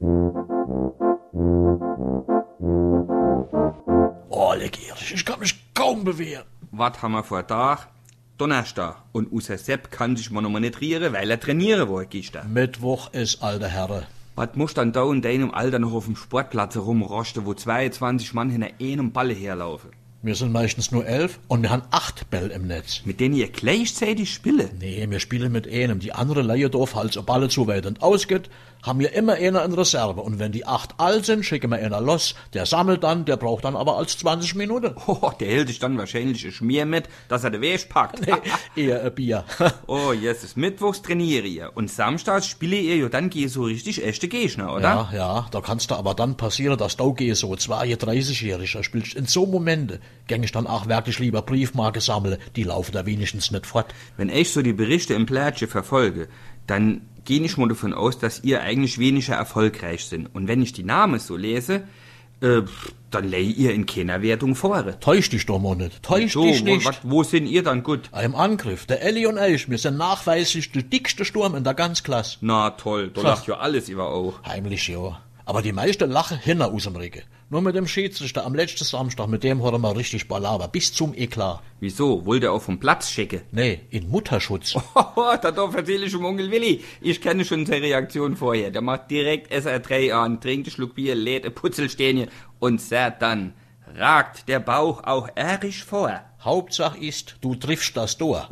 Oh, Ich kann mich kaum bewegen. Was haben wir vor Tag? Donnerstag. Und unser Sepp kann sich mal nochmal nicht rühren, weil er trainieren war gestern. Mittwoch ist, alte Herre. Was musst dann da in deinem Alter noch auf dem Sportplatz herumrosten, wo 22 Mann hinter einem Ball herlaufen? Wir sind meistens nur elf und wir haben acht Bälle im Netz. Mit denen ihr gleichzeitig spiele? Nee, wir spielen mit einem. Die andere leihe doof, als ob alle zu weit und ausgeht, haben wir immer einer in Reserve. Und wenn die acht alt sind, schicken wir einer los. Der sammelt dann, der braucht dann aber als 20 Minuten. Oh, der hält sich dann wahrscheinlich ein Schmier mit, dass er den Weg packt. Ah. Eher ein Bier. oh, jetzt ist Mittwochs trainiere ihr. Und Samstags spiele ihr ja dann gegen so richtig echte Gegner, oder? Ja, ja, da kannst du aber dann passieren, dass du gehst, so 32-Jähriger spielst. In so Momente gäng ich dann auch wirklich lieber Briefmarke sammeln. Die laufen da wenigstens nicht fort. Wenn ich so die Berichte im Plätsche verfolge, dann gehe ich mal davon aus, dass ihr eigentlich weniger erfolgreich sind. Und wenn ich die Namen so lese, äh, dann lei ihr in keiner Wertung vor. Täusch dich doch mal nicht. Täusch So, dich wo, nicht. wat- wo sind ihr dann gut? Im Angriff, der Elli und ich, wir sind nachweislich der dickste Sturm in der ganzen Klasse. Na toll, da Tja. lacht ja alles über auch. Heimlich, ja. Aber die meisten lachen hinter aus dem Regen. Nur mit dem Schiedsrichter am letzten Samstag, mit dem hören wir richtig Ballaber, bis zum Eklat. Wieso? Wollt ihr auch vom Platz schicken? Nee, in Oh. Mutterschutz. Hoho, da darf erzähle ich um Onkel Willi. Ich kenne schon seine Reaktion vorher. Der macht direkt SR3 an, trinkt einen Schluck Bier, lädt ein Putzelstähnchen und sagt dann, ragt der Bauch auch ehrlich vor. Hauptsache ist, du triffst das Tor.